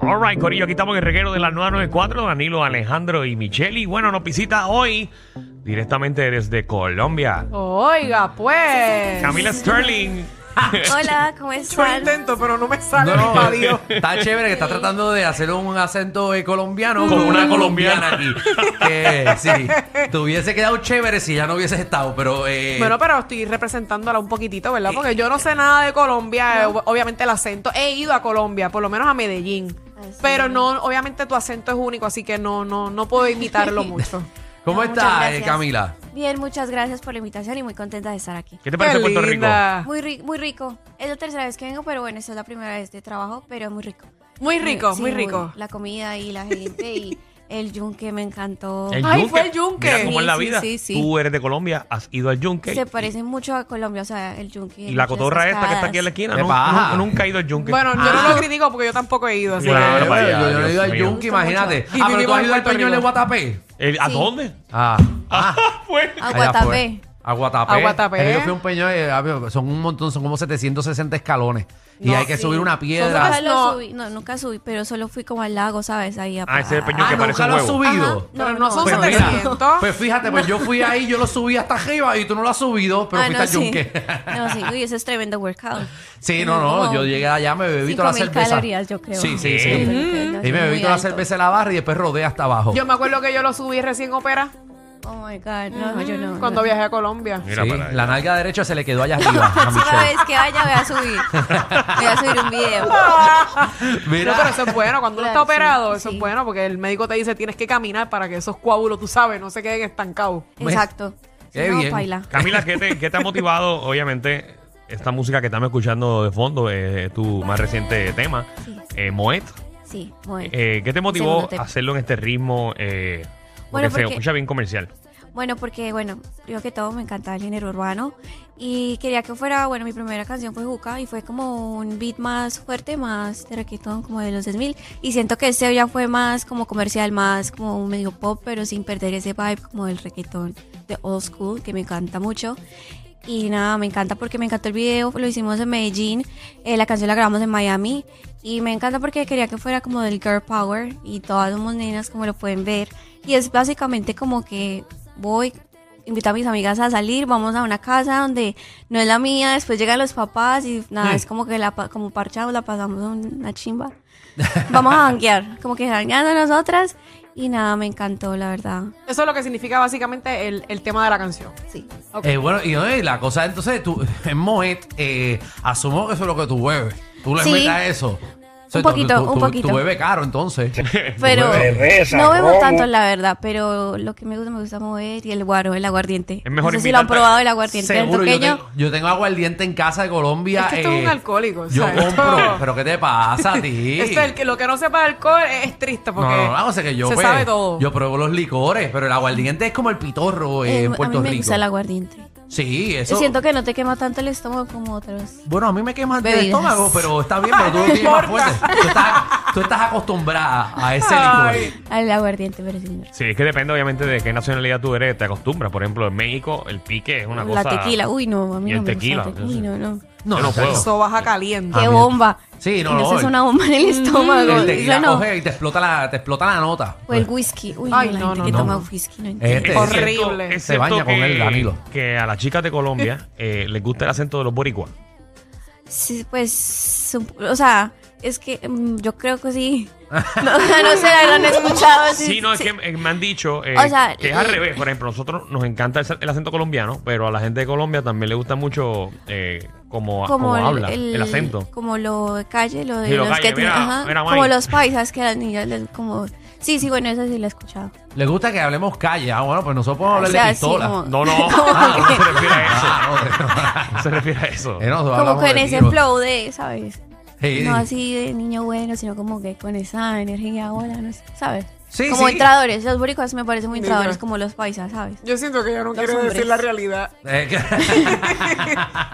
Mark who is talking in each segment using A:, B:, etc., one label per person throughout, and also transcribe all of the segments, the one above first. A: All right, Corillo, aquí estamos en el reguero de la 994, Danilo, Alejandro y Micheli. Bueno, nos visita hoy directamente desde Colombia.
B: Oh,
C: Oiga, pues.
A: Camila Sterling.
B: Hola, ¿cómo están?
C: intento, pero no me sale
D: No,
C: el
D: no,
C: audio.
D: está chévere que está tratando de hacer un acento eh, colombiano
A: Con una colombiana.
D: aquí. Que sí, te hubiese quedado chévere si ya no hubieses estado, pero. eh,
C: Bueno, pero estoy representándola un poquitito, ¿verdad? Porque yo no sé nada de Colombia, eh, ob- obviamente el acento. He ido a Colombia, por lo menos a Medellín.
B: Así
C: Pero
B: es.
C: no, obviamente tu acento es único, así que no, no, no puedo imitarlo mucho.
D: ¿Cómo
B: No, muchas
D: está, eh,
B: gracias.
D: Camila?
B: Bien, muchas gracias por la invitación y muy contenta de estar aquí.
A: ¿Qué te parece
C: Qué
A: Puerto Rico?
C: linda.
B: Muy, ri- muy rico. Es la tercera vez que vengo, pero bueno, esta es la primera vez de trabajo, pero muy rico. Eh,
C: Muy rico,
B: Sí,
C: muy rico.
B: La comida y la gente y el yunque me encantó.
C: Ay, fue el yunque.
A: Mira cómo es la
B: Sí, sí,
A: vida.
B: sí, sí.
A: Tú eres de Colombia, has ido al yunque.
B: Se parece mucho a Colombia, o sea, el yunque.
A: y la
B: muchas
A: cotorra esta que está aquí en la esquina.
B: cascadas.
D: Qué
A: nu-
D: paja.
A: nu- nunca he ido al yunque.
C: Bueno, yo no lo critico porque yo tampoco he ido, así que-
A: Ah. Claro,
D: Eh,
A: para allá,
D: yo, yo no he
A: Dios
D: ido al
A: mío.
D: Yunque, imagínate.
C: Y
D: Ah, pero tú
C: vivimos
D: has
C: en
D: ido al
C: Puerto
D: Peñol de
C: Rico.
D: Guatapé.
A: Eh, ¿A
B: Sí.
A: dónde?
D: Ah. ah,
A: Pues,
B: A
D: allá
B: Guatapé.
D: fue. A Guatapé.
C: A Guatapé.
D: Ahí Yo fui a un peñón, eh, ah, pero son un montón, son como 760 escalones. Y hay que subir una piedra.
B: Nunca lo
C: No.
B: subí, no, nunca subí, pero solo fui como al lago, ¿sabes? Ahí a
A: Ah, ese es el peñón
D: Ah,
A: que parece
D: nunca
A: un
D: lo has
A: huevo.
B: Ajá,
D: subido.
C: Pero no son
D: Pues mira,
C: 700.
D: Pues fíjate, pues yo fui ahí, yo lo subí hasta arriba y tú no lo has subido, pero
B: Ah,
D: fuiste
B: no,
D: al
B: sí.
D: yunque.
B: No, sí, uy, eso es tremendo workout.
D: Sí, no, no,
B: Como
D: yo llegué allá, me bebí toda la
B: 5.000
D: cerveza.
B: calorías, yo creo.
D: Sí, sí,
A: Sí.
D: sí.
B: Ujú.
D: Y me bebí
B: Muy
D: toda la
B: alto.
D: cerveza en la barra y después rodé hasta abajo.
C: Yo me acuerdo que yo lo subí recién ópera
B: Oh my God, no, yo no.
C: cuando
B: no.
C: viajé a Colombia.
A: Mira
D: Sí,
A: para allá.
D: la nalga derecha se le quedó allá arriba a
B: Próxima
D: Michelle.
B: vez que vaya voy a subir. Voy a subir un video.
D: Mira.
C: No, pero eso es bueno. Cuando uno está
B: Claro, sí,
C: operado, eso
B: sí.
C: es bueno porque el médico te dice tienes que caminar para que esos coágulos, tú sabes, no se queden estancados.
B: Exacto.
D: Qué
B: Si no,
D: bien.
B: paila.
A: Camila, ¿qué te, qué te ha motivado? Obviamente, esta música que estamos escuchando de fondo eh, es tu más reciente tema,
B: Sí.
A: eh, Moet.
B: Sí, bueno.
A: Eh, ¿Qué te motivó
B: Segundo tema.
A: a hacerlo en este ritmo? Eh, porque
B: Bueno,
A: se
B: porque-
A: escucha bien comercial.
B: Bueno, porque, bueno, primero que todo me encanta el género urbano y quería que fuera, bueno, mi primera canción fue Juca y fue como un beat más fuerte, más de reggaetón, como de los 2000 y siento que este ya fue más como comercial, más como medio pop, pero sin perder ese vibe como del reggaetón de old school que me encanta mucho. Y nada, me encanta porque me encantó el video, lo hicimos en Medellín, eh, la canción la grabamos en Miami y me encanta porque quería que fuera como del girl power y todas somos nenas como lo pueden ver y es básicamente como que voy, invito a mis amigas a salir, vamos a una casa donde no es la mía, después llegan los papás y nada,
D: Hmm.
B: es como que la pa- como parchamos, la pasamos una chimba. Vamos a banquear, como que jangueando nosotras y nada, me encantó la verdad.
C: Eso es lo que significa básicamente el, el tema de la canción.
B: Sí.
C: Ok.
D: Eh, bueno, y oye, la cosa entonces, tú, en Moet, eh, asumo que eso es lo que tú bebes. Tú le
B: Sí.
D: metes a eso. O
B: Un
D: sea, tú-
B: poquito,
D: tú-
B: un
D: tú-
B: poquito.
D: Tú bebes caro entonces.
B: Pero
E: Cerveza,
B: no bebo
E: romo.
B: tanto, la verdad, pero lo que me gusta, me gusta mover y el guaro, el aguardiente.
A: Es mejor
B: no sé si lo han
A: invitarte.
B: probado el aguardiente
D: Seguro, yo,
B: antioqueño.
D: tengo, yo tengo aguardiente en casa de Colombia.
C: Es que esto es
D: eh,
C: un alcohólico, o
D: Yo
C: sea, esto-
D: compro, pero ¿qué te pasa a ti?
C: Esto, el que- lo que no sepa de alcohol es, es triste porque
D: no, no, no, o sea que yo,
C: se
D: pues,
C: sabe todo.
D: yo pruebo los licores, pero el aguardiente es como el pitorro eh,
B: Eh,
D: en Puerto
B: a mí me
D: Rico.
B: gusta el aguardiente.
D: Sí, eso.
B: Siento que no te quema tanto el estómago como otros.
D: Bueno, a mí me quema el
B: Bebidas.
D: estómago, pero está bien, pero tú lo tienes más
C: importa.
D: fuerte. Tú estás, tú estás acostumbrada a ese
C: Ay.
D: licor.
B: Al aguardiente, pero sí. no.
A: Sí, es que depende obviamente de qué nacionalidad tú eres, te acostumbras. Por ejemplo, en México el pique es una
B: la
A: cosa...
B: tequila, uh, uy, no, a mí
A: Y
B: no
A: el
B: me
A: tequila,
B: gusta. el tequila. Uy, no, no.
A: Yo no
D: o sea,
A: puedo.
C: Eso baja caliente.
D: Ah,
B: Qué
D: mira.
B: bomba.
D: Sí, no,
B: Y
D: no,
B: eso es
D: el-
B: una bomba en el estómago.
D: El tequila
B: eso no.
D: coge y te explota la, te explota la nota.
B: O el whisky. Uy,
C: Ay,
B: no, la
C: no,
B: gente
C: no,
B: que
D: no.
B: toma whisky
A: Eh,
B: no entiende.
D: Este,
A: Es
C: Horrible.
A: cierto- es
D: Se baña
A: cierto
D: con
A: que-
D: él, Danilo.
A: Que a las chicas de Colombia eh, les gusta el acento de los boricuas.
B: Sí, pues, sup- o sea, Es que mm, yo creo que sí. No, no sé, la verdad, no he escuchado. sí,
A: Sí, no, es
B: sí.
A: que eh, me han dicho eh,
B: O sea,
A: que es al
B: eh,
A: revés. Por ejemplo, nosotros nos encanta el, el acento colombiano, pero a la gente de Colombia también le gusta mucho eh, como, como
B: el-
A: habla, el, acento.
B: Como lo de calle, lo de
A: Sí, lo
B: los
A: calle,
B: que tienen.
A: mira,
B: ajá,
A: mira,
B: como
A: May.
B: los paisas que a las niñas les como. Sí, sí, bueno, eso sí lo he escuchado.
D: Le gusta que hablemos calle. Ah, bueno, pues nosotros podemos
B: O
D: hablar
B: sea,
D: de
B: sí,
D: pistola.
B: como-
A: No, no, Ah,
B: Como
A: no se refiere a eso.
D: Ah,
A: No se refiere a eso.
D: no, eh, nosotros
B: Como
D: hablamos
B: con
D: de
B: ese
D: tiros.
B: flow de, ¿sabes?
D: Sí.
B: No así de niño bueno, sino como que con esa energía, hola, no sé, ¿sabes?
D: Sí,
B: como
D: sí.
B: entradores, los boricuas me parecen muy
C: Mira.
B: entradores, como los paisas, ¿sabes?
C: Yo siento que yo no
B: Los
C: quiero
B: hombres.
C: decir la realidad.
D: Eh, que-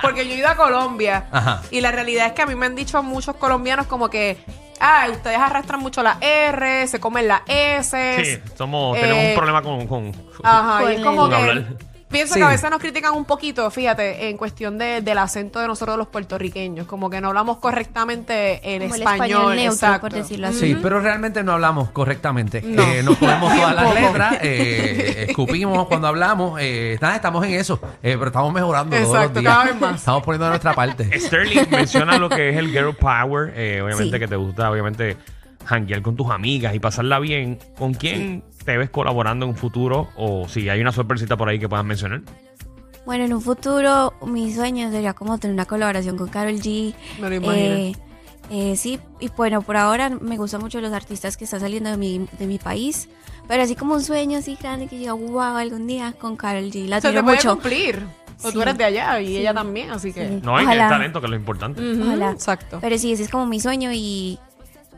C: Porque yo he ido a Colombia
D: Ajá.
C: y la realidad es que a mí me han dicho muchos colombianos como que, ay, ustedes arrastran mucho la R, se comen la S.
A: Sí, somos, tenemos un
C: eh,
A: problema con... con-
C: Ajá, y es
B: Con
C: como
B: el-
C: que
A: Pues, Hablar.
C: pienso
D: Sí.
C: que a veces nos critican un poquito, fíjate, en cuestión de- del acento de nosotros los puertorriqueños, como que no hablamos correctamente el
B: Como el
C: español,
B: español neutro,
C: exacto.
B: por decirlo así.
D: Sí, pero realmente no hablamos correctamente.
C: No.
D: Eh, nos ponemos
C: Bien
D: todas las
C: poco.
D: letras, eh, escupimos cuando hablamos. eh, nada, estamos en eso, eh, pero estamos mejorando todos los
C: Exacto,
D: días.
C: cada vez más.
D: Estamos poniendo de nuestra parte.
A: Sterling menciona lo que es el girl power, eh, obviamente
B: Sí.
A: que te gusta, obviamente, hanguear con tus amigas y pasarla bien. ¿Con quién te ves colaborando en un futuro? O si hay una sorpresita por ahí que puedas mencionar.
B: Bueno, en un futuro mi sueño sería como tener una colaboración con Carol G.
C: Me lo imagino.
B: Eh, eh, sí, y bueno, por ahora me gustan mucho los artistas que están saliendo de mi, de mi país, pero así como un sueño así grande que yo, wow, algún día con Carol G. La
C: Se
B: admiro
C: te puede
B: mucho.
C: cumplir. O
B: Sí.
C: tú eres de allá y
B: Sí.
C: ella también, así que...
B: Sí.
A: No, hay que
B: Ojalá.
A: el talento, que es lo importante.
C: Ujú,
B: Ojalá.
C: Exacto.
B: Pero sí, ese es como mi sueño y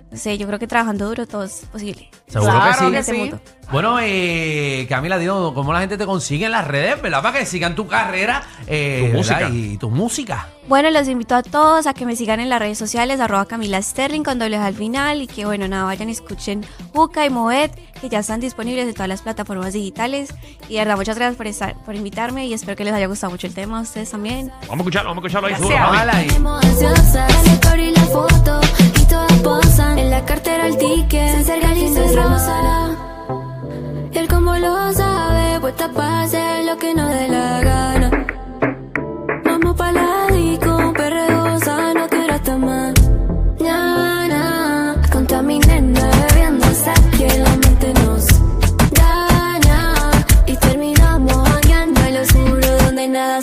B: no sé, yo creo que trabajando duro todo es posible.
D: Seguro
C: Claro
D: que sí.
B: En
C: que
B: este
C: sí.
B: mundo.
D: Bueno, eh, Camila, dinos cómo la gente te consigue en las redes, ¿verdad? Para que sigan tu carrera eh,
A: Tu música.
D: ¿verdad? y tu música.
B: Bueno, los invito a todos a que me sigan en las redes sociales, arroba Camila Sterling con doble J al final y que bueno, nada, vayan y escuchen Juca y Moed, que ya están disponibles en todas las plataformas digitales. Y de verdad, muchas gracias por, estar, por invitarme y espero que les haya gustado mucho el tema a ustedes también.
A: Vamos a escucharlo, vamos a escucharlo ahí.
C: Gracias.
A: duro, mami.
D: Mala y-
E: Estamos ansiosas, el coro y la foto, y todas posan, en la cartera el ticket, se acerca el incendio rosa, y él como lo sabe, puesta pa' hacer lo que nos dé la gana, vamos pa' la disco, un perreo sano que ahora está mal, mañana, contaminando, bebiendo hasta que la mente nos daña, y terminamos hangando en lo oscuro donde nada